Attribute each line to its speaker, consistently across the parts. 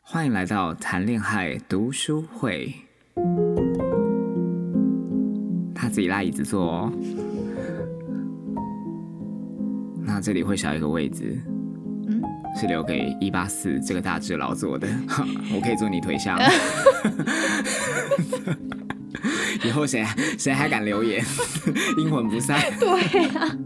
Speaker 1: 欢迎来到谈恋爱读书会。他自己拉椅子坐哦。那这里会少一个位置，
Speaker 2: 嗯，
Speaker 1: 是留给一八四这个大只佬坐的。 我可以坐你腿上。 以后谁谁还敢留言？ 阴魂不散。
Speaker 2: 对啊，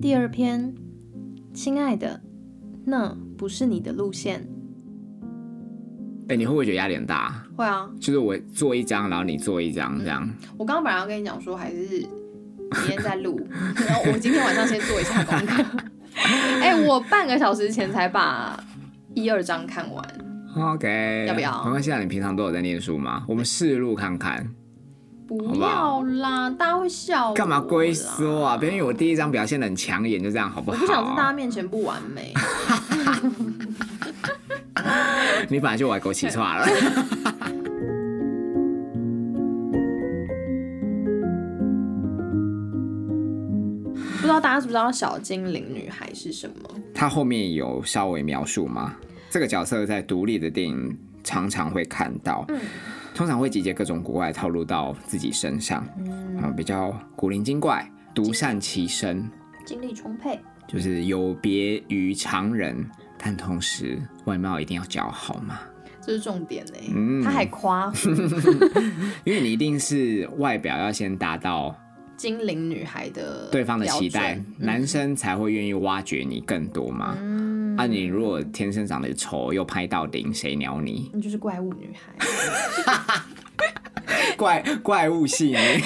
Speaker 2: 第二篇，亲爱的，那不是你的路线。
Speaker 1: 哎、你会不会觉得压力很大？
Speaker 2: 会啊，
Speaker 1: 就是我坐一张，然后你坐一张这样。
Speaker 2: 我刚刚本来要跟你讲说，还是明天再 录，然后我今天晚上先做一下功课。 哎、我半个小时前才把一二章看完，
Speaker 1: OK，
Speaker 2: 要不要
Speaker 1: 没关系啊，你平常都有在念书吗？我们试录看看，
Speaker 2: 不要啦，大家会笑我。
Speaker 1: 干嘛龟缩啊？？别因为哦我第一张表现的很抢眼，就这样好不
Speaker 2: 我
Speaker 1: 好？
Speaker 2: 不想在大 家面前不完美。
Speaker 1: 你本来就玩狗起错了。
Speaker 2: 不知道大家知不知道小精灵女孩是什么？
Speaker 1: 他后面有稍微描述吗？这个角色在独立的电影常常会看到，
Speaker 2: 嗯
Speaker 1: 通常会集结各种古怪的套路到自己身上，
Speaker 2: 嗯
Speaker 1: 啊、比较古灵精怪、独善其身，
Speaker 2: 精力充沛，
Speaker 1: 就是有别于常人，但同时外貌一定要姣好嘛。
Speaker 2: 这是重点欸呢、
Speaker 1: 嗯
Speaker 2: 她还夸
Speaker 1: 因为你一定是外表要先达到
Speaker 2: 精灵女孩的
Speaker 1: 对方的期
Speaker 2: 标
Speaker 1: 待
Speaker 2: 准，
Speaker 1: 男生才会愿意挖掘你更多嘛。
Speaker 2: 嗯，
Speaker 1: 啊，你如果天生长得丑又拍到顶，谁鸟你？
Speaker 2: 你就是怪物女孩。
Speaker 1: 怪怪物系你，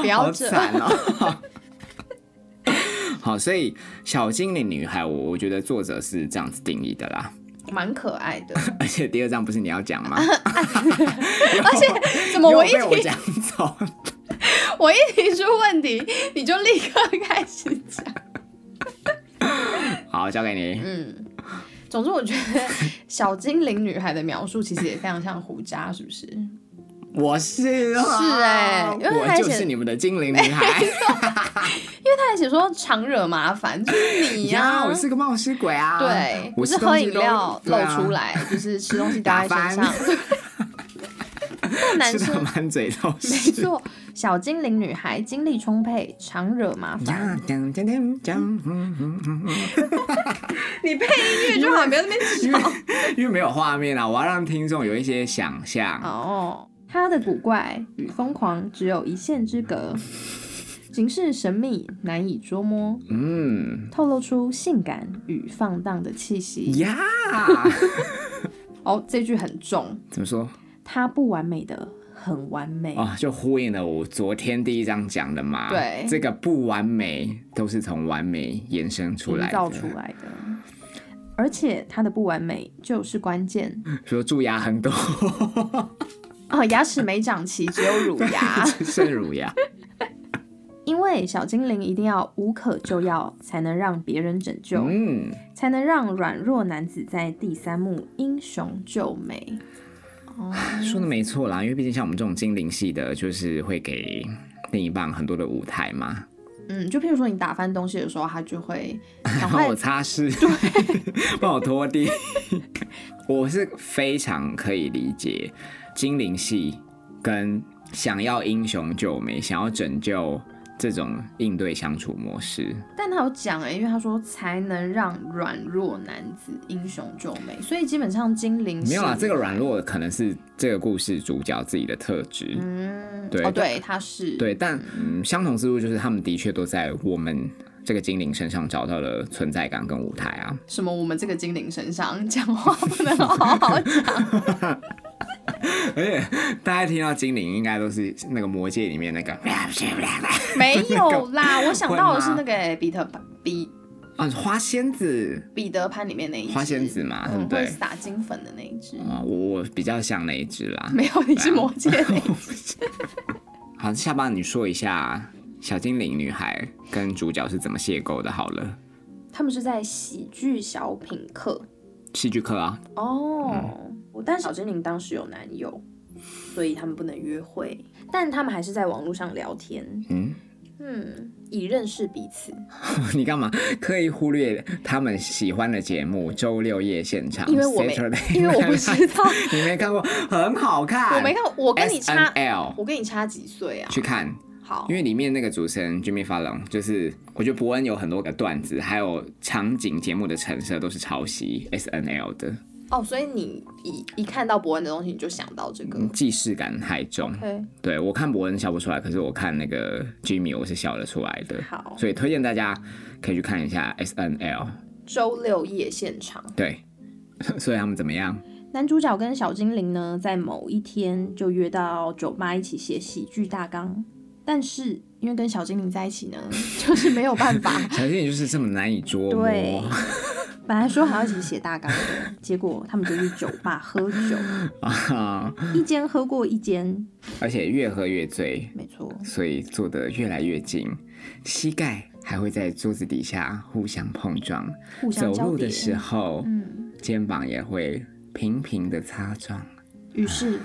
Speaker 2: 不要
Speaker 1: 好
Speaker 2: 这，
Speaker 1: 惨哦。 好，所以小精灵女孩，我我觉得作者是这样子定义的啦。
Speaker 2: 蛮可爱 的。
Speaker 1: 而且第二章不是你要讲吗？
Speaker 2: 啊 而且怎么我一
Speaker 1: 又被我
Speaker 2: 提
Speaker 1: 讲走，
Speaker 2: 我一提出问题，你就立刻开始 讲。
Speaker 1: 好，交给你。
Speaker 2: 嗯，总之我觉得小精灵女孩的描述其实也非常像胡渣，是不是？
Speaker 1: 我是啊
Speaker 2: 是欸因为
Speaker 1: 我
Speaker 2: 他
Speaker 1: 就
Speaker 2: 写
Speaker 1: 是你们的精灵女 孩。
Speaker 2: 她还写说常惹麻烦，就是你 呀、
Speaker 1: 呀，我是个冒失鬼啊！
Speaker 2: 对，
Speaker 1: 我
Speaker 2: 不是
Speaker 1: 吃东
Speaker 2: 喝
Speaker 1: 西
Speaker 2: 饮
Speaker 1: 都
Speaker 2: 料露
Speaker 1: 对啊
Speaker 2: 出来，就是吃东西搭在身
Speaker 1: 打
Speaker 2: 上。但男
Speaker 1: 吃的
Speaker 2: 生
Speaker 1: 满嘴都
Speaker 2: 没
Speaker 1: 是。
Speaker 2: 错，小精灵女孩精力充沛，常惹麻烦。
Speaker 1: 呀噔噔噔噔嗯嗯嗯嗯
Speaker 2: 你配音乐就好，不要那
Speaker 1: 因
Speaker 2: 边
Speaker 1: 为因为没有画面啊，我要让听众有一些想象。
Speaker 2: 哦，他的古怪与疯狂只有一线之隔，形式神秘难以捉摸，
Speaker 1: 嗯，
Speaker 2: 透露出性感与放荡的气息。
Speaker 1: 呀，
Speaker 2: 哦，这句很重，
Speaker 1: 怎么 说
Speaker 2: 他不完美的很完美。
Speaker 1: 啊、就呼应了我昨天第一章讲的嘛。
Speaker 2: 对
Speaker 1: 这个不完美都是从完美延伸出来
Speaker 2: 营
Speaker 1: 的。
Speaker 2: 造出来的。而且它的不完美就是关键
Speaker 1: 比如说蛀牙 很多，
Speaker 2: 哦，牙齿没长齐，只有乳 牙。
Speaker 1: 生乳牙。
Speaker 2: 因为小精灵一定要无可救药，才能让别人拯救，
Speaker 1: 嗯，
Speaker 2: 才能让软弱男子在第三幕英雄救美。哦，
Speaker 1: 说的没错啦，因为毕竟像我们这种精灵系的，就是会给另一半很多的舞台嘛。
Speaker 2: 嗯，就譬如说你打翻东西的时候，他 就会赶
Speaker 1: 帮
Speaker 2: 快
Speaker 1: 我擦拭，对， 帮我拖地。我是非常可以理解精灵系跟想要英雄救美、想要拯救这种应对相处模式。
Speaker 2: 但他有讲哎、因为他说才能让软弱男子英雄救美，所以基本上精灵
Speaker 1: 没有啦，
Speaker 2: 系
Speaker 1: 这个软弱可能是这个故事主角自己的特质。
Speaker 2: 嗯，
Speaker 1: 对
Speaker 2: 哦对，他是
Speaker 1: 对，但嗯，相同之处就是他们的确都在我们这个精灵身上找到了存在感跟舞台啊。
Speaker 2: 什么我们这个精灵身上讲话不能 好好讲，
Speaker 1: 而且大家听到精灵，应该都是那个魔界里面那个
Speaker 2: 没有 啦，我想到的是
Speaker 1: 会吗
Speaker 2: 那个、比特潘比
Speaker 1: 啊花仙子。
Speaker 2: 彼得潘里面那一只
Speaker 1: 花仙子嘛，对
Speaker 2: 嗯，
Speaker 1: 不
Speaker 2: 会
Speaker 1: 对？
Speaker 2: 撒金粉的那一只，
Speaker 1: 啊、我我比较像那一只啦。
Speaker 2: 没有，你是魔界那一只，
Speaker 1: 好，下巴你说一下小精灵女孩跟主角是怎么邂逅的，好了。
Speaker 2: 他们是在喜剧小品课
Speaker 1: 戏剧课啊，
Speaker 2: 哦。我但小精灵当时有男友，所以他们不能约会，但他们还是在网络上聊天，
Speaker 1: 嗯，
Speaker 2: 嗯，以认识彼此。
Speaker 1: 你干嘛刻意忽略他们喜欢的节目《周六夜现场》？
Speaker 2: 因为我没， 因为我不知道，
Speaker 1: 你没看过，很好看。
Speaker 2: 我没看过，我跟你差
Speaker 1: SNL
Speaker 2: 我跟你差几岁啊？
Speaker 1: 去看，
Speaker 2: 好
Speaker 1: 因，为里面那个主持人 Jimmy Fallon，就是我觉得伯恩有很多个段子，还有场景节目的陈设都是抄袭 S N L 的，
Speaker 2: 哦，所以你一一看到伯恩的东西，你就想到这个。
Speaker 1: 嗯既视感太重。
Speaker 2: 对，
Speaker 1: 对我看伯恩笑不出来，可是我看那个 Jimmy 我是笑得出来的，
Speaker 2: 好，
Speaker 1: 所以推荐大家可以去看一下 S N L。
Speaker 2: 周六夜现场，
Speaker 1: 对， 所以他们怎么样？
Speaker 2: 男主角跟小精灵呢，在某一天就约到酒吧一起写喜剧大纲，但是因为跟小精灵在一起呢， 就是没有办法。
Speaker 1: 小精灵就是这么难以捉摸。
Speaker 2: 对，本来说好要一起写大纲的，结果他们就去酒吧喝酒，
Speaker 1: 啊，
Speaker 2: 一间喝过一间，
Speaker 1: 而且越喝越醉，
Speaker 2: 没错，
Speaker 1: 所以坐得越来越近，膝盖还会在桌子底下互相碰撞。
Speaker 2: 互相
Speaker 1: 走
Speaker 2: 交
Speaker 1: 路
Speaker 2: 叠
Speaker 1: 的。时候，
Speaker 2: 嗯，
Speaker 1: 肩膀也会频频的擦撞。
Speaker 2: 于是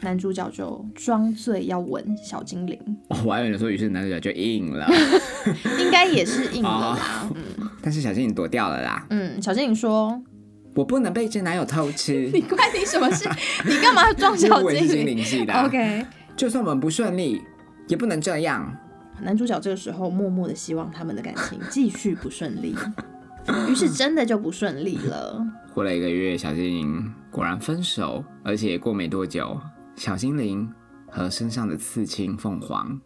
Speaker 2: 男主角就装醉要吻小精灵，
Speaker 1: 哦我还以为你说于是男主角就硬了，
Speaker 2: 应该也是硬了啦。嗯
Speaker 1: 但是小精灵躲掉了啦。
Speaker 2: 嗯，小精灵说
Speaker 1: 我不能被这男友偷：“吃
Speaker 2: 你，关你什么事？你干嘛撞
Speaker 1: 因
Speaker 2: 小
Speaker 1: 为我也是
Speaker 2: 精
Speaker 1: 精
Speaker 2: 灵
Speaker 1: 灵系的啊、
Speaker 2: ？”OK，
Speaker 1: 就算我们不顺利，也不能这样。
Speaker 2: 男主角这个时候默默的希望他们的感情继续不顺 利，于是真的就不顺利了。
Speaker 1: 过了一个月，小精灵果然分手，而且过没多久，小精灵和身上的刺青凤凰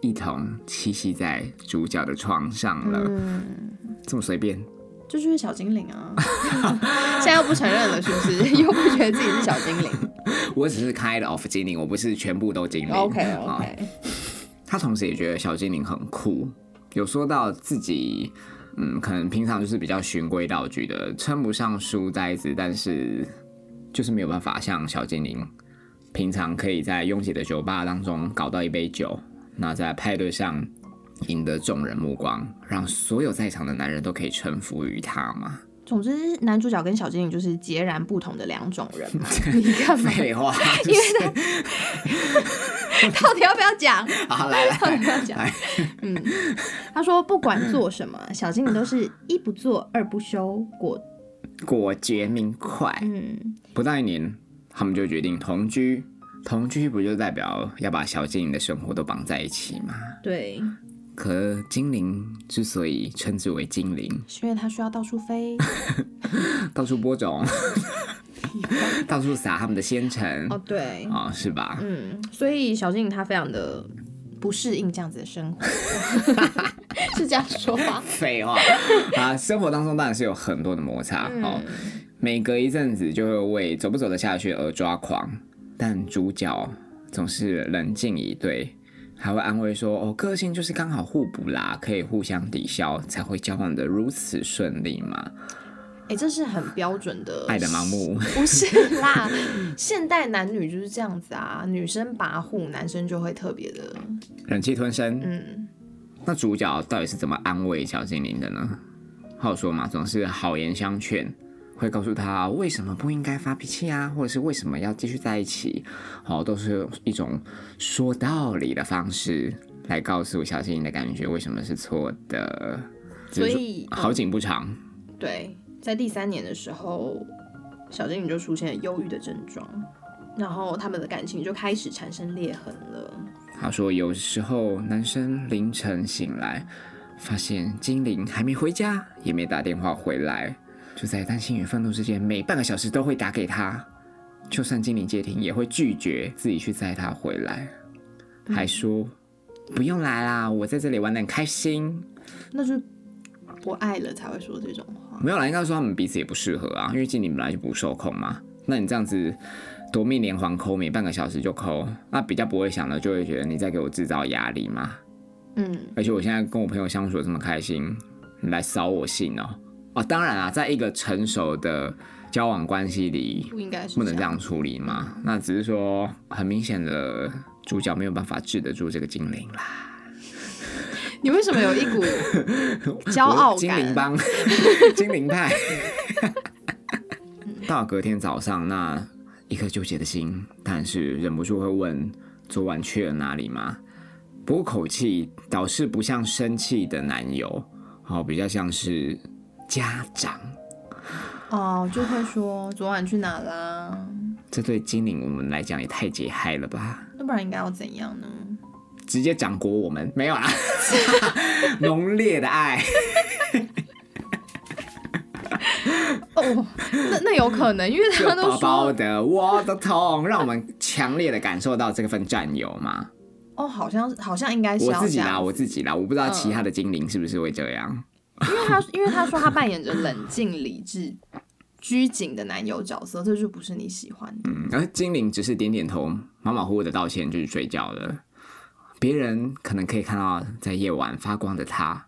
Speaker 1: 一同栖息在主角的床上了。
Speaker 2: 嗯。
Speaker 1: 这么随便，
Speaker 2: 这就是小精灵啊！ 现在又不承认了，是 不是？又不觉得自己是小精灵
Speaker 1: 我只是开了 off 精灵，我不是全部都精灵。
Speaker 2: ？OK
Speaker 1: 啊
Speaker 2: OK，
Speaker 1: 他同时也觉得小精灵很酷，有说到自己，嗯，可能平常就是比较循规蹈矩的，称不上书呆子，但是就是没有办法像小精灵平常可以在拥挤的酒吧当中搞到一杯酒，那在派对上赢得众人目光，让所有在场的男人都可以臣服于他嘛？
Speaker 2: 总之，男主角跟小精灵就是截然不同的两种人嘛。 你干 嘛？
Speaker 1: 废话，
Speaker 2: 因为 他到底要不要讲？
Speaker 1: 好来来
Speaker 2: 到底要不要讲？嗯，他说不管做什么，小精灵都是一不做二不休，果
Speaker 1: 果决明快。
Speaker 2: 嗯
Speaker 1: 不到一年，他们就决定同居。同居不就代表要把小精灵的生活都绑在一起吗？
Speaker 2: 对，
Speaker 1: 可精灵之所以称之为精灵，
Speaker 2: 是因为他需要到处飞。
Speaker 1: 到处播种， 到处撒他们的鲜橙
Speaker 2: 哦，对，
Speaker 1: 啊、是吧？
Speaker 2: 嗯，所以小精灵他非常的不适应这样子的生 活，是这样说吗？
Speaker 1: 废话 啊，生活当中当然是有很多的摩擦、哦，每隔一阵子就会为走不走得下去而抓狂，但主角总是冷静以对，还会安慰说：“哦，个性就是刚好互补啦，可以互相抵消，才会交往的如此顺利嘛。
Speaker 2: 哎、这是很标准的”
Speaker 1: 爱的盲，目，
Speaker 2: 不是啦，现代男女就是这样子啊，女生跋扈，男生就会特别的，
Speaker 1: 忍气吞声。
Speaker 2: 嗯，
Speaker 1: 那主角到底是怎么安慰小精灵的呢？好说嘛，总是好言相劝，会告诉他为什么不应该发脾气啊，或者是为什么要继续在一起，好、都是用一种说道理的方式来告诉小精灵的感觉为什么是错的。
Speaker 2: 所以嗯
Speaker 1: 只是说好景不长，
Speaker 2: 对，在第三年的时候，小精灵就出现了忧郁的症状，然后他们的感情就开始产生裂痕了。
Speaker 1: 他说有时候男生凌晨醒来，发现精灵还没回家，也没打电话回来，就在担心与愤怒之间，每半个小时都会打给他，就算精灵接听，也会拒绝自己去载他回来，还说。不用来啦，我在这里玩的很开心。
Speaker 2: 那就是不爱了才会说这种话。
Speaker 1: 没有啦，应该说他们彼此也不适合啊，因为精灵本来就不受控嘛。那你这样子夺命连环抠，每半个小时就抠，那比较不会想的就会觉得你在给我制造压力嘛。
Speaker 2: 嗯，
Speaker 1: 而且我现在跟我朋友相处得这么开心，你来扫我兴哦、啊，当然啦，在一个成熟的交往关系里，
Speaker 2: 不应该是
Speaker 1: 不能这样处理嘛。那只是说，很明显的主角没有办法治得住这个精灵啦。
Speaker 2: 你为什么有一 股骄傲
Speaker 1: 我是精灵
Speaker 2: 感？
Speaker 1: 帮，精灵派。 到了隔天早上，那一颗纠结的心，但是忍不住会问：昨晚去了哪里吗？不过口气倒是不像生气的男友，哦，比较像是家长。
Speaker 2: 哦，就会说昨晚去哪啦？
Speaker 1: 这对精灵我们来讲也太解嗨了吧！
Speaker 2: 要不然应该要怎样呢？
Speaker 1: 直接掌掴我们没有 啦，浓烈的爱。
Speaker 2: 哦，那那有可能，因为
Speaker 1: 就
Speaker 2: 他都
Speaker 1: 薄
Speaker 2: 说
Speaker 1: 薄的，我的痛，让我们强烈的感受到这份占有嘛。
Speaker 2: 哦，好像好像应该是
Speaker 1: 我
Speaker 2: 要
Speaker 1: 自
Speaker 2: 这
Speaker 1: 己啦，
Speaker 2: 样，
Speaker 1: 我自己啦，我不知道其他
Speaker 2: 嗯
Speaker 1: 的精灵是不是会这样。
Speaker 2: 因为 他因为他说他扮演着冷静、理智、拘谨的男友角色，这就不是你喜欢的。
Speaker 1: 嗯，而精灵只是点点头，马马虎虎的道歉就去睡觉了。别人可能可以看到在夜晚发光的他，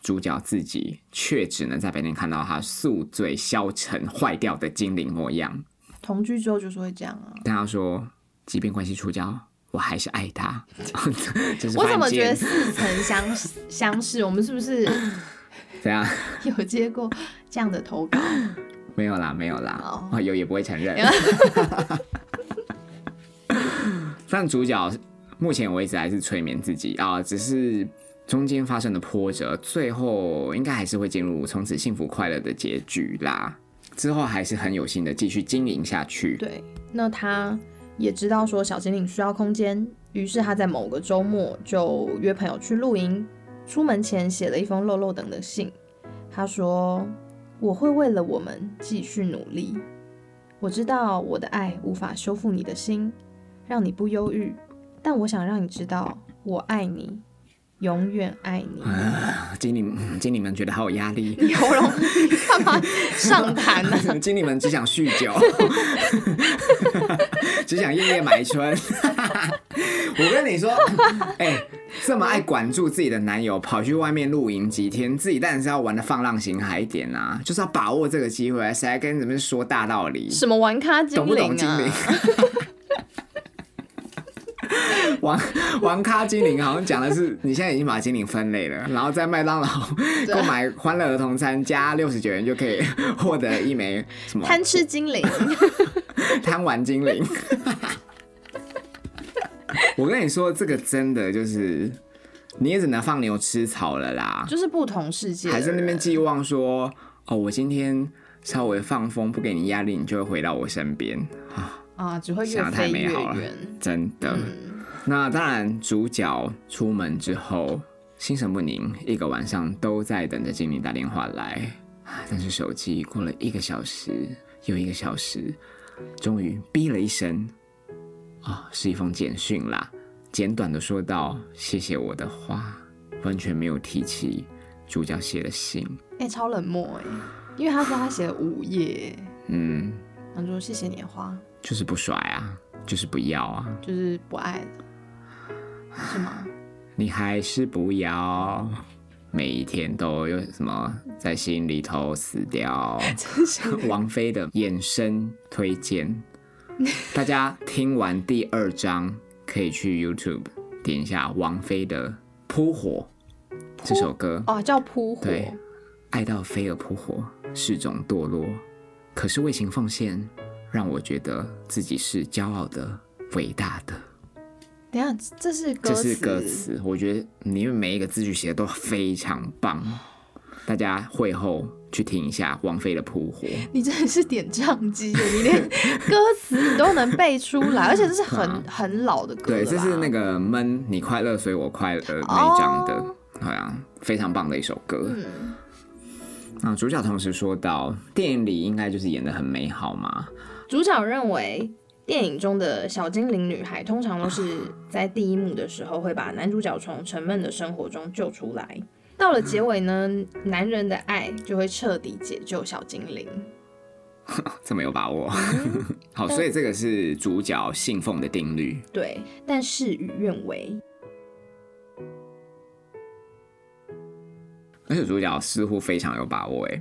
Speaker 1: 主角自己却只能在白天看到他宿醉、消沉、坏掉的精灵模样。
Speaker 2: 同居之后就是会这样啊。
Speaker 1: 但他说，即便关系出焦，我还是爱他。 这是
Speaker 2: 我怎么
Speaker 1: 犯
Speaker 2: 觉得
Speaker 1: 贱
Speaker 2: 似曾相识相识？ 我们是不是
Speaker 1: 怎样？
Speaker 2: 有接过这样的投稿？
Speaker 1: 没有啦，没有啦，
Speaker 2: 哦
Speaker 1: 哦，有也不会承认。 但主角目前为止还是催眠自己啊、只是中间发生的波折，最后应该还是会进入从此幸福快乐的结局啦。之后还是很有心的继续经营下去。
Speaker 2: 对，那他也知道说小精灵需要空间，于是他在某个周末就约朋友去露营。出门前写了一封漏漏等的信，他说：“我会为了我们继续努力。我知道我的爱无法修复你的心，让你不忧郁，但我想让你知道我爱你，永远爱你。。
Speaker 1: 啊经理，嗯经理们觉得好有压力
Speaker 2: 你喉咙 你干嘛上 痰 呢、
Speaker 1: 经理们只想酗酒， 只想夜夜买春。 我跟你说， 哎、这么爱管住自己的男友，跑去外面露营几天，自己当然是要玩的放浪形骸一点啊，就是要把握这个机会，谁还跟你们说大道理？
Speaker 2: 什么玩咖精
Speaker 1: 懂不
Speaker 2: 灵啊？
Speaker 1: 懂精灵？ 玩玩咖精灵好像讲的是，你现在已经把精灵分类了，然后在麦当劳 购买欢乐儿童餐加六十九元就可以获得一枚什么
Speaker 2: 贪吃精灵。
Speaker 1: 贪玩精灵。我跟你说，这个真的就是你也只能放牛吃草了啦，
Speaker 2: 就是不同世界的
Speaker 1: 还
Speaker 2: 人，
Speaker 1: 在那边寄望说哦，我今天稍微放风，不给你压力，你就会回到我身边啊，
Speaker 2: 啊，只会越
Speaker 1: 想得太
Speaker 2: 飞
Speaker 1: 美
Speaker 2: 越
Speaker 1: 好了
Speaker 2: 远。
Speaker 1: 真的。
Speaker 2: 嗯，
Speaker 1: 那当然，主角出门之后心神不宁，一个晚上都在等着经理打电话来，唉但是手机过了一个小时又一个小时，终于哔了一声，啊、是一封简讯啦，简短的说道：“谢谢我的话”，完全没有提起主角写的信。
Speaker 2: 哎、超冷漠哎、因为他说他写了午夜，
Speaker 1: 嗯，
Speaker 2: 然后说谢谢你的花，
Speaker 1: 就是不甩啊，就是不要啊，
Speaker 2: 就是不爱了，是吗？
Speaker 1: 你还是不要每一天都有什么在心里头死 掉。
Speaker 2: 真是
Speaker 1: 王菲的衍生推荐，大家听完第二章可以去 YouTube 点一下王菲的《扑火》这首歌。
Speaker 2: 哦，叫扑火，
Speaker 1: 对，爱到飞蛾扑火是种堕落，可是为情奉献让我觉得自己是骄傲的、伟大的。
Speaker 2: 等一下这是歌
Speaker 1: 这
Speaker 2: 词，
Speaker 1: 是歌词，我觉得里面每一个字句写的都非常棒，大家会后去听一下王菲的《扑火》。
Speaker 2: 你真的是点唱机耶，你连 歌词你都能背出 来，而且这是很、
Speaker 1: 啊
Speaker 2: 很老的歌
Speaker 1: 对，
Speaker 2: 了啦，
Speaker 1: 这是那个闷你快乐，所以我快乐那一张的
Speaker 2: 哦，
Speaker 1: 好像非常棒的一首歌。
Speaker 2: 嗯，
Speaker 1: 那主角同时说到，电影里应该就是演的很美好嘛，
Speaker 2: 主角认为，电影中的小精灵女孩通常都是在第一幕的时候会把男主角从沉闷的生活中救出来。到了结尾呢，男人的爱就会彻底解救小精灵。
Speaker 1: 这么有把握。
Speaker 2: 嗯
Speaker 1: 好，所以这个是主角信奉的定律。
Speaker 2: 对，但事与愿违。
Speaker 1: 而且主角似乎非常有把握诶，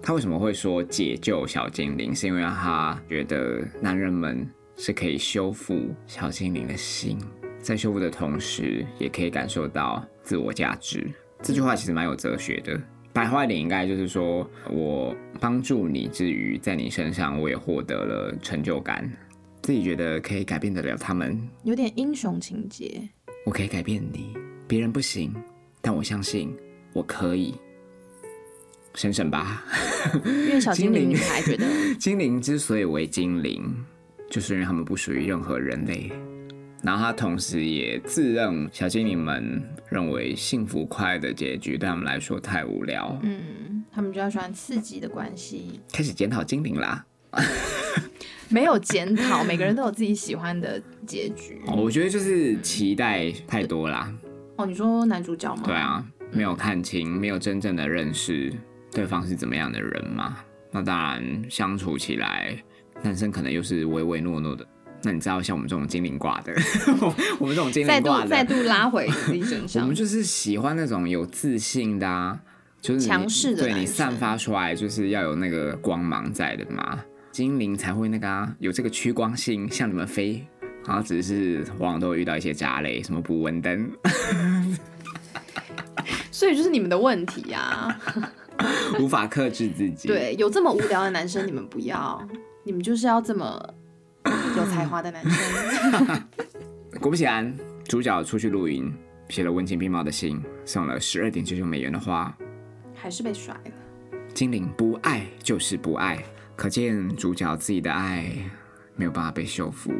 Speaker 1: 他为什么会说解救小精灵？是因为他觉得男人们是可以修复小精灵的心，在修复的同时，也可以感受到自我价值。这句话其实蛮有哲学的。白话一点应该就是说，我帮助你之余，在你身上我也获得了成就感，自己觉得可以改变得了他们，
Speaker 2: 有点英雄情节。
Speaker 1: 我可以改变你，别人不行，但我相信我可以。省省吧，
Speaker 2: 因为小精灵，你还觉得
Speaker 1: 精灵之所以为精灵，就是因为他们不属于任何人类。然后他同时也自认小精灵们认为幸福快乐的结局对他们来说太无聊，
Speaker 2: 嗯，他们比较喜欢刺激的关系，
Speaker 1: 开始检讨精灵啦。
Speaker 2: 没有检讨，每个人都有自己喜欢的结局。
Speaker 1: 哦我觉得就是期待太多啦，
Speaker 2: 哦，你说男主角吗？
Speaker 1: 对，啊，
Speaker 2: 嗯
Speaker 1: 没有看清，没有真正的认识对方是怎么样的人嘛。那当然相处起来，男生可能又是唯唯诺诺的。那你知道像我们这种精灵挂的， 我们这种精
Speaker 2: 再
Speaker 1: 灵
Speaker 2: 度
Speaker 1: 挂
Speaker 2: 再
Speaker 1: 的，
Speaker 2: 度拉回自己身
Speaker 1: 我
Speaker 2: 上
Speaker 1: 们。就是喜欢那种有自信的啊，就是你
Speaker 2: 强势的
Speaker 1: 对你
Speaker 2: 男生
Speaker 1: 散发出来就是要有那个光芒在的嘛。精灵才会那个啊，有这个趋光性向你们飞。然后只是往往都会遇到一些渣类，什么捕蚊灯，
Speaker 2: 所以就是你们的问 题啊。
Speaker 1: 无法克制自己。
Speaker 2: 对，有这么无聊的男生，你们不要，你们就是要这么有才华的男 生。
Speaker 1: 果不其然，主角出去露营，写了文情并茂的信，送了十二点九九美元的花。
Speaker 2: 还是被甩了，
Speaker 1: 精灵不爱就是不爱，可见主角自己的爱没有办法被修复。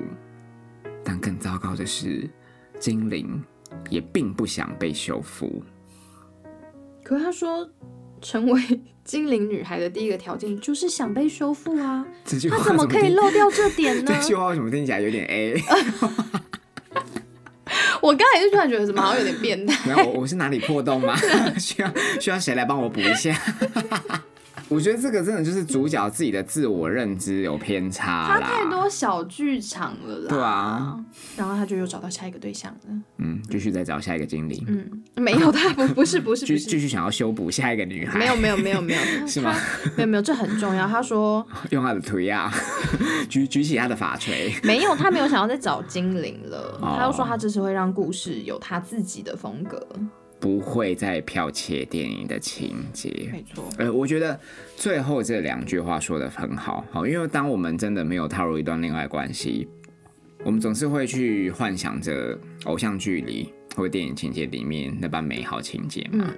Speaker 1: 但更糟糕的是，精灵也并不想被修复。
Speaker 2: 可是他说，成为精灵女孩的第一个条件就是想被修复啊，
Speaker 1: 这句话
Speaker 2: 他怎么可以
Speaker 1: 听？
Speaker 2: 漏掉这 点呢
Speaker 1: 这？句话为什么听起来有点 A？
Speaker 2: 我刚才就突然觉得怎么好像有点变 态。
Speaker 1: 没有，我我是哪里破洞吗？ 需要需要谁来帮我补一下？ 我觉得这个真的就是主角自己的自我认知有偏差
Speaker 2: 他
Speaker 1: 啦。
Speaker 2: 太多小剧场了啦，
Speaker 1: 对啊，
Speaker 2: 然后他就又找到下一个对象了，
Speaker 1: 嗯，继续再找下一个经理，
Speaker 2: 嗯，没有，他不不是不是
Speaker 1: 继
Speaker 2: 不 是，
Speaker 1: 继续想要修补下一个女孩，
Speaker 2: 没有没有没有没有，他
Speaker 1: 是吗？
Speaker 2: 没有没有，这很重要。他说
Speaker 1: 用她的腿啊， 举举起她的法锤，
Speaker 2: 没有，他没有想要再找精灵了，
Speaker 1: 哦
Speaker 2: 他又说他这是会让故事有他自己的风格，
Speaker 1: 不会再剽窃电影的情节。
Speaker 2: 没错，
Speaker 1: 呃，我觉得最后这两句话说的很好，好，因为当我们真的没有踏入一段恋爱关系，我们总是会去幻想着偶像剧里或电影情节里面那般美好情节嘛。
Speaker 2: 嗯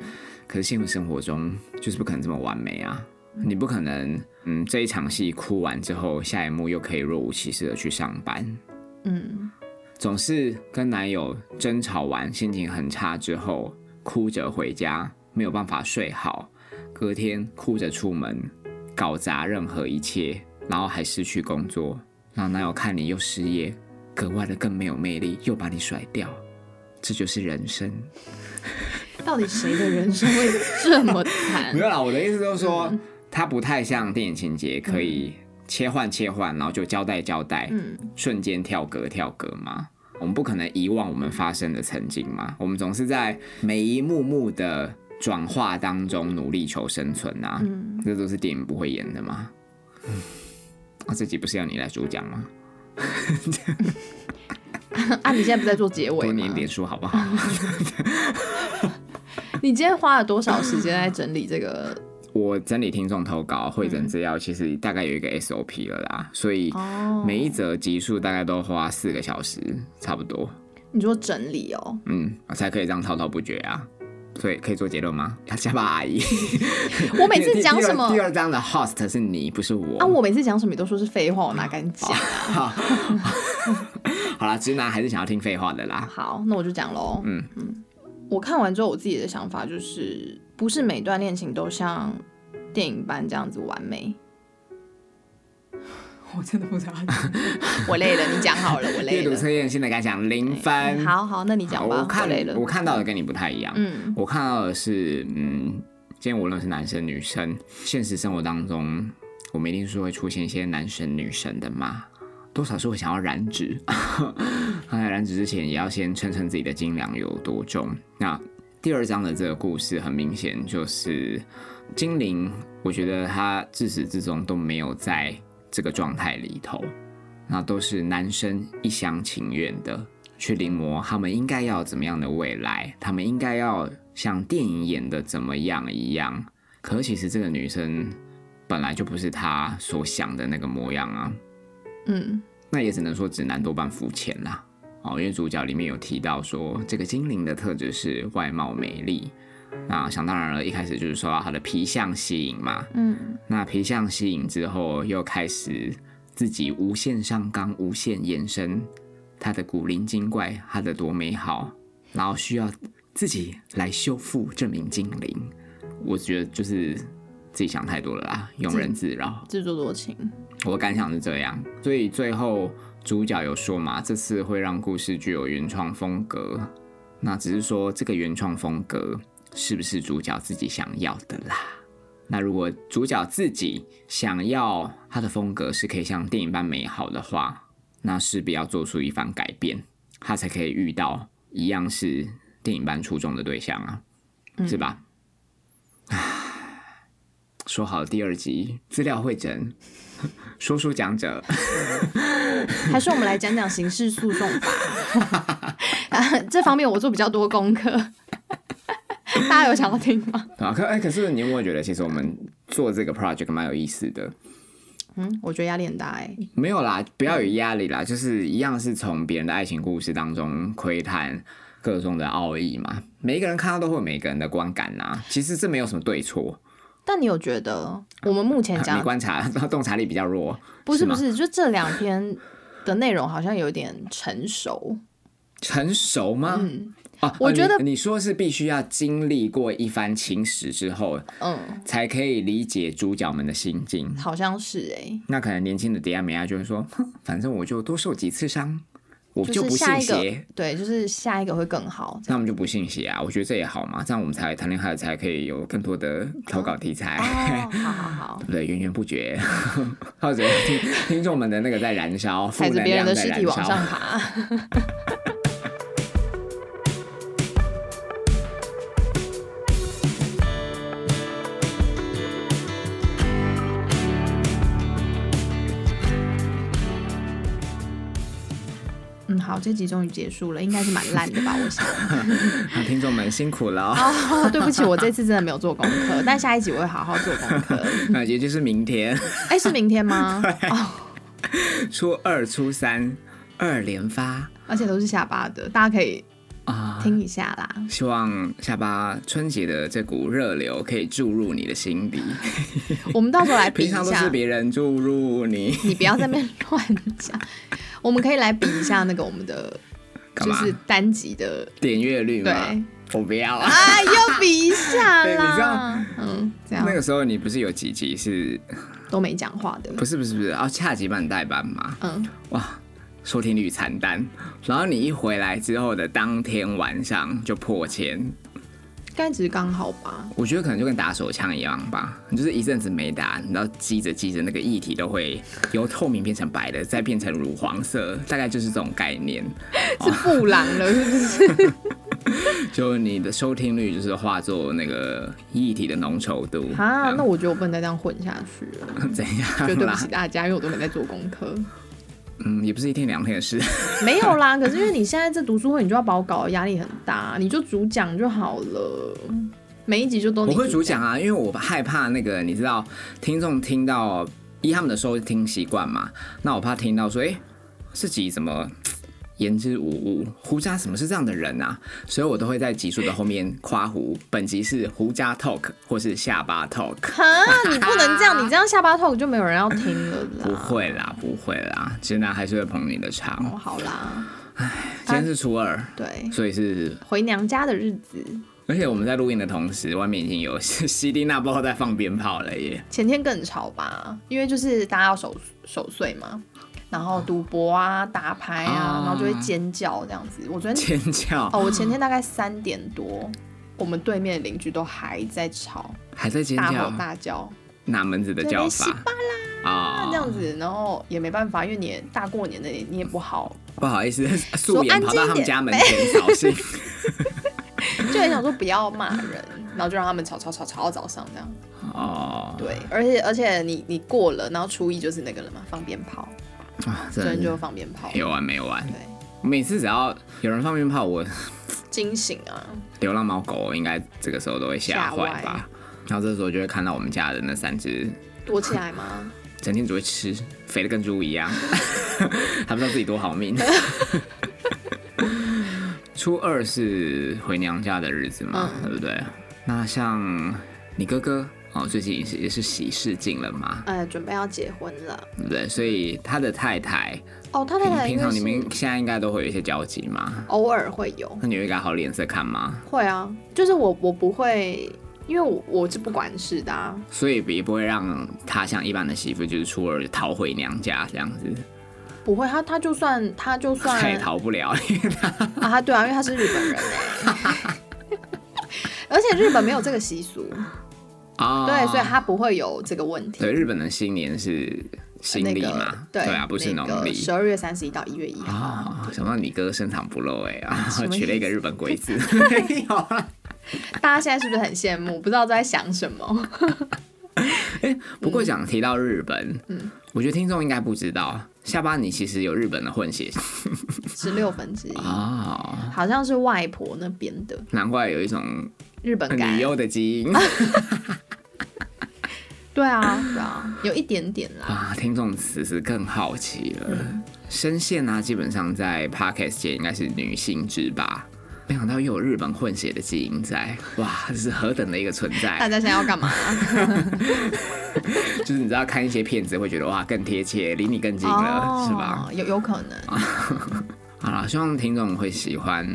Speaker 1: 可是现实生活中就是不可能这么完美啊！你不可能，嗯，这一场戏哭完之后，下一幕又可以若无其事的去上班。
Speaker 2: 嗯，
Speaker 1: 总是跟男友争吵完，心情很差之后，哭着回家，没有办法睡好，隔天哭着出门，搞砸任何一切，然后还失去工作，让男友看你又失业，格外的更没有魅力，又把你甩掉。这就是人生。
Speaker 2: 到底谁的人生会这么惨
Speaker 1: 没？有啦，我的意思就是说，它不太像电影情节，可以切换切换，然后就交代交代，
Speaker 2: 嗯，
Speaker 1: 瞬间跳格跳格嘛。我们不可能遗忘我们发生的曾经嘛，我们总是在每一幕幕的转化当中努力求生存啊，
Speaker 2: 嗯
Speaker 1: 这都是电影不会演的 嘛。啊，这集不是要你来主讲吗？
Speaker 2: 啊，你现在不在做结尾
Speaker 1: 多
Speaker 2: 吗
Speaker 1: 念一？点书好不好？
Speaker 2: 你今天花了多少时间在整理这个？
Speaker 1: 我整理听众投稿、会诊资料，其实大概有一个 SOP 了啦，所以
Speaker 2: 哦
Speaker 1: 每一则集数大概都花四个小时，差不多，
Speaker 2: 你说整理 哦，
Speaker 1: 嗯，才可以这样滔滔不绝啊。所以可以做结论吗？要加把阿姨，
Speaker 2: 我每次讲什 么
Speaker 1: 第二第二章的 host 是你，不是我。
Speaker 2: 啊，我每次讲什么你都说是废话，我哪敢讲？
Speaker 1: 好啦，直男还是想要听废话的啦。
Speaker 2: 好，那我就讲喽。
Speaker 1: 嗯
Speaker 2: 嗯，我看完之后，我自己的想法就是，不是每段恋情都像电影般这样子完美。 我真的不知道， 我累了，你讲好了，我累
Speaker 1: 阅读
Speaker 2: 了。
Speaker 1: 测验现在该讲零分。
Speaker 2: 好好，那你讲吧，
Speaker 1: 我看
Speaker 2: 累了
Speaker 1: 我。看到的跟你不太一样。
Speaker 2: 嗯
Speaker 1: 我看到的是，嗯，今天无论是男生女生，现实生活当中，我们一定是会出现一些男神女神的嘛，多少是会想要染指。 他在染指之前，也要先称称自己的斤两有多重。那第二章的这个故事，很明显就是精灵，我觉得他自始至终都没有在这个状态里头，那都是男生一厢情愿的去临摹他们应该要有怎么样的未来，他们应该要像电影演的怎么样一样。可是其实这个女生本来就不是她所想的那个模样啊。
Speaker 2: 嗯，
Speaker 1: 那也只能说直男多半肤浅啦。哦，因为主角里面有提到说，这个精灵的特质是外貌美丽。那想当然了，一开始就是受到她的皮相吸引嘛。
Speaker 2: 嗯，
Speaker 1: 那皮相吸引之后，又开始自己无限上纲、无限延伸，她的古灵精怪，她的多美好，然后需要自己来修复这名精灵。我觉得就是自己想太多了啦，庸人自扰。
Speaker 2: 自作多情。
Speaker 1: 我的感想是这样，所以最后主角有说嘛，这次会让故事具有原创风格，那只是说这个原创风格是不是主角自己想要的啦？那如果主角自己想要他的风格是可以像电影般美好的话，那势必要做出一番改变，他才可以遇到一样是电影般出众的对象啊，是吧？唉说好第二集资料会诊，说书讲 者，
Speaker 2: 还是我们来讲讲刑事诉讼法 啊，这方面我做比较多功课。 大家有想要听吗？
Speaker 1: 啊，可哎、可是你有没有觉得，其实我们做这个 project 蛮有意思的？
Speaker 2: 嗯，我觉得压力很大哎、
Speaker 1: 没有啦，不要有压力啦，就是一样是从别人的爱情故事当中窥探各种的奥义嘛。每一个人看到都会有每个人的观感呐、其实这没有什么对错，
Speaker 2: 但你有觉
Speaker 1: 啊
Speaker 2: 得我们目前
Speaker 1: 你
Speaker 2: 讲
Speaker 1: 观察洞察力比较弱，
Speaker 2: 不是
Speaker 1: 是
Speaker 2: 不
Speaker 1: 吗
Speaker 2: 是，就这两篇的内容好像有点成熟。
Speaker 1: 成熟吗？
Speaker 2: 嗯
Speaker 1: 啊，
Speaker 2: 我
Speaker 1: 哦
Speaker 2: 觉得
Speaker 1: 你你说是必须要经历过一番情史之后，
Speaker 2: 嗯，
Speaker 1: 才可以理解主角们的心境。
Speaker 2: 好像是哎、
Speaker 1: 那可能年轻的迪亚美啊亚就会说， 哼，反正我就多受几次伤，我
Speaker 2: 就
Speaker 1: 就是不
Speaker 2: 下
Speaker 1: 信
Speaker 2: 一
Speaker 1: 邪
Speaker 2: 个。对，就是下一个会更好。
Speaker 1: 那我们就不信邪啊，我觉得这也好嘛，这样我们才谈恋爱才可以有更多的投稿题材，
Speaker 2: 哦，好好好
Speaker 1: 对，不对？源源不绝， 或者听听众们的那个在燃烧，负
Speaker 2: 踩着
Speaker 1: 能
Speaker 2: 别人
Speaker 1: 量
Speaker 2: 的
Speaker 1: 在
Speaker 2: 尸
Speaker 1: 燃
Speaker 2: 体往上
Speaker 1: 烧。
Speaker 2: 爬。 嗯，好，这集终于结束了，应该是蛮烂的吧？我 想。
Speaker 1: 那听众们辛苦了、哦，
Speaker 2: 哦，对不起，我这次真的没有做功课，但下一集我会好好做功课。
Speaker 1: 那也就是明天
Speaker 2: 哎，是明 天吗？
Speaker 1: 啊
Speaker 2: 哦，
Speaker 1: 初二、初三二连发
Speaker 2: 而且都是下巴的，大家可以
Speaker 1: 啊。
Speaker 2: 听一下啦。
Speaker 1: 希望下巴春节的这股热流可以注入你的心底，
Speaker 2: 我们到时候来比一
Speaker 1: 平常都
Speaker 2: 下
Speaker 1: 是，别人注入你，
Speaker 2: 你不要在那边乱讲。我们可以来比一下那个我们的，
Speaker 1: 干
Speaker 2: 就
Speaker 1: 嘛？
Speaker 2: 是单集的，
Speaker 1: 点阅率
Speaker 2: 对
Speaker 1: 吗？我不要啊。
Speaker 2: 啊，要比一下
Speaker 1: 对你知
Speaker 2: 啦
Speaker 1: 道。
Speaker 2: 嗯，这样
Speaker 1: 那个时候你不是有几集是
Speaker 2: 都没讲话的。
Speaker 1: 不是不是不是啊，恰吉版代班嘛，
Speaker 2: 嗯，
Speaker 1: 哇，收听率惨淡。然后你一回来之后的当天晚上就破千，
Speaker 2: 应该只是刚好 吧。
Speaker 1: 我觉得可能就跟打手枪一样吧，你就是一阵子没打，然后积着积着那个液体都会由透明变成白的，再变成乳黄色，大概就是这种概念。
Speaker 2: 是布朗了，是不是？
Speaker 1: 就你的收听率就是化作那个液体的浓稠度
Speaker 2: 啊，那我觉得我不能再这样混下去了，
Speaker 1: 怎
Speaker 2: 就
Speaker 1: 样
Speaker 2: 对不
Speaker 1: 啦
Speaker 2: 起？大家，因为我都没在做功 课。
Speaker 1: 嗯，也不是一天两天的事。
Speaker 2: 没有啦，可是因为你现在这读书会，你就要把我搞得压力很大，你就主讲就好了，每一集就都
Speaker 1: 我
Speaker 2: 你
Speaker 1: 会主讲啊，因为我害怕那个，你知道，听众听到依他们的收听习惯嘛，那我怕听到说，哎、自己怎么言之无物，胡渣什么是这样的人啊？所以我都会在集数的后面夸胡，本集是胡渣 talk 或是下巴 talk。
Speaker 2: 哈，你不能这样，你这样下巴痛就没有人要听了啦。
Speaker 1: 不会啦，不会啦，直男还是会捧你的
Speaker 2: 哦，
Speaker 1: 场。
Speaker 2: 好啦，
Speaker 1: 今天是初二，
Speaker 2: 对，
Speaker 1: 所以是，
Speaker 2: 回娘家的日子，
Speaker 1: 而且我们在录音的同时，外面已经有 西丁娜包在放鞭炮了耶。
Speaker 2: 前天更吵吧，因为就是大家要守守岁嘛，然后赌博啊、打牌啊
Speaker 1: 啊，
Speaker 2: 然后就会尖叫这样子。我昨天
Speaker 1: 尖叫，
Speaker 2: 哦，我前天大概三点多，我们对面的邻居都还在吵，
Speaker 1: 还在尖
Speaker 2: 大
Speaker 1: 叫
Speaker 2: 吼，大叫。
Speaker 1: 哪门子的叫
Speaker 2: 对
Speaker 1: 法啊、
Speaker 2: 那这样子，然后也没办法，因为你也大过年的，你你也不好，
Speaker 1: 不好意思，素颜
Speaker 2: 安静
Speaker 1: 跑到他
Speaker 2: 一
Speaker 1: 们
Speaker 2: 点
Speaker 1: 家门前扫兴。
Speaker 2: 就很想说不要骂人，然后就让他们吵吵吵吵到早上这样。
Speaker 1: 哦，
Speaker 2: 对，而且而且你你过了，然后初一就是那个了嘛，放鞭炮，
Speaker 1: 啊，
Speaker 2: 昨
Speaker 1: 真
Speaker 2: 天
Speaker 1: 的
Speaker 2: 就放鞭炮，
Speaker 1: 有完没完
Speaker 2: 对。，
Speaker 1: 每次只要有人放鞭炮，我
Speaker 2: 惊醒啊，
Speaker 1: 流浪猫狗应该这个时候都会吓坏
Speaker 2: 吓歪
Speaker 1: 吧。然后这时候就会看到我们家的那三只，
Speaker 2: 躲起 来吗？
Speaker 1: 整天只会吃，肥的跟猪一 样，还不知道自己多好命。 初二是回娘家的日子嘛，
Speaker 2: 嗯
Speaker 1: 对不对？那像你哥哥哦，最近也是也是喜事进了嘛，
Speaker 2: 哎，准备要结婚了
Speaker 1: 对不对？所以他的太太，
Speaker 2: 哦，他太
Speaker 1: 平
Speaker 2: 太应
Speaker 1: 平
Speaker 2: 该
Speaker 1: 常你们嗯
Speaker 2: 是
Speaker 1: 现在应该都会有一些交集嘛，
Speaker 2: 偶尔会有，
Speaker 1: 那你会给他好脸色看吗？
Speaker 2: 会啊，就是我我不会，因为我我是不管事的啊，
Speaker 1: 所以也不会让他像一般的媳妇，就是初二就逃回娘家这样子，
Speaker 2: 不会，他他就算他就算
Speaker 1: 他也逃不 了。
Speaker 2: 啊，他对啊，因为他是日本人 欸而且日本没有这个习俗，
Speaker 1: 啊
Speaker 2: 对，所以他不会有这个问题。
Speaker 1: 对，日本的新年是新历嘛？
Speaker 2: 那个、
Speaker 1: 啊，不是农历。
Speaker 2: 十二月三十一到一月一号，
Speaker 1: 啊、想到你哥深藏不露哎、啊
Speaker 2: 什，么意思嗯
Speaker 1: 取了一个日本鬼 子，没有啊。
Speaker 2: 大家现在是不是很羡慕？不知道在想什么？
Speaker 1: 不过讲提到日本，
Speaker 2: 嗯
Speaker 1: 我觉得听众应该不知道，下巴你其实有日本的混血
Speaker 2: 十六分之一，
Speaker 1: 啊、
Speaker 2: 好像是外婆那边的
Speaker 1: 难怪有一种
Speaker 2: 日本感
Speaker 1: 女。优的基因
Speaker 2: 对啊，对啊，有一点点啦。
Speaker 1: 啊。听众此时更好奇了，声线啊，基本上在 podcast 界应该是女性之霸，没想到又有日本混血的基因在，哇，这是何等的一个存 在！
Speaker 2: 大家现在要干嘛？
Speaker 1: 就是你知道看一些片子会觉得哇更贴切，离你更近了，是吧？？
Speaker 2: 哦有有可能，
Speaker 1: 好了，希望听众会喜欢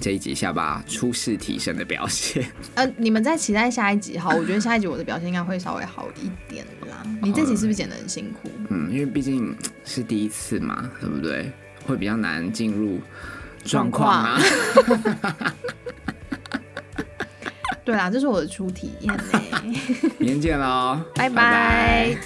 Speaker 1: 这一集下巴初试提升的表现。
Speaker 2: 呃，你们再期待下一集好，我觉得下一集我的表现应该会稍微好一点啦。你这集是不是剪得很辛苦？
Speaker 1: 嗯，因为毕竟是第一次嘛，对不对？会比较难进入状况啊。
Speaker 2: 对啦，这是我的初体验呢、
Speaker 1: 明天见喽，
Speaker 2: 拜拜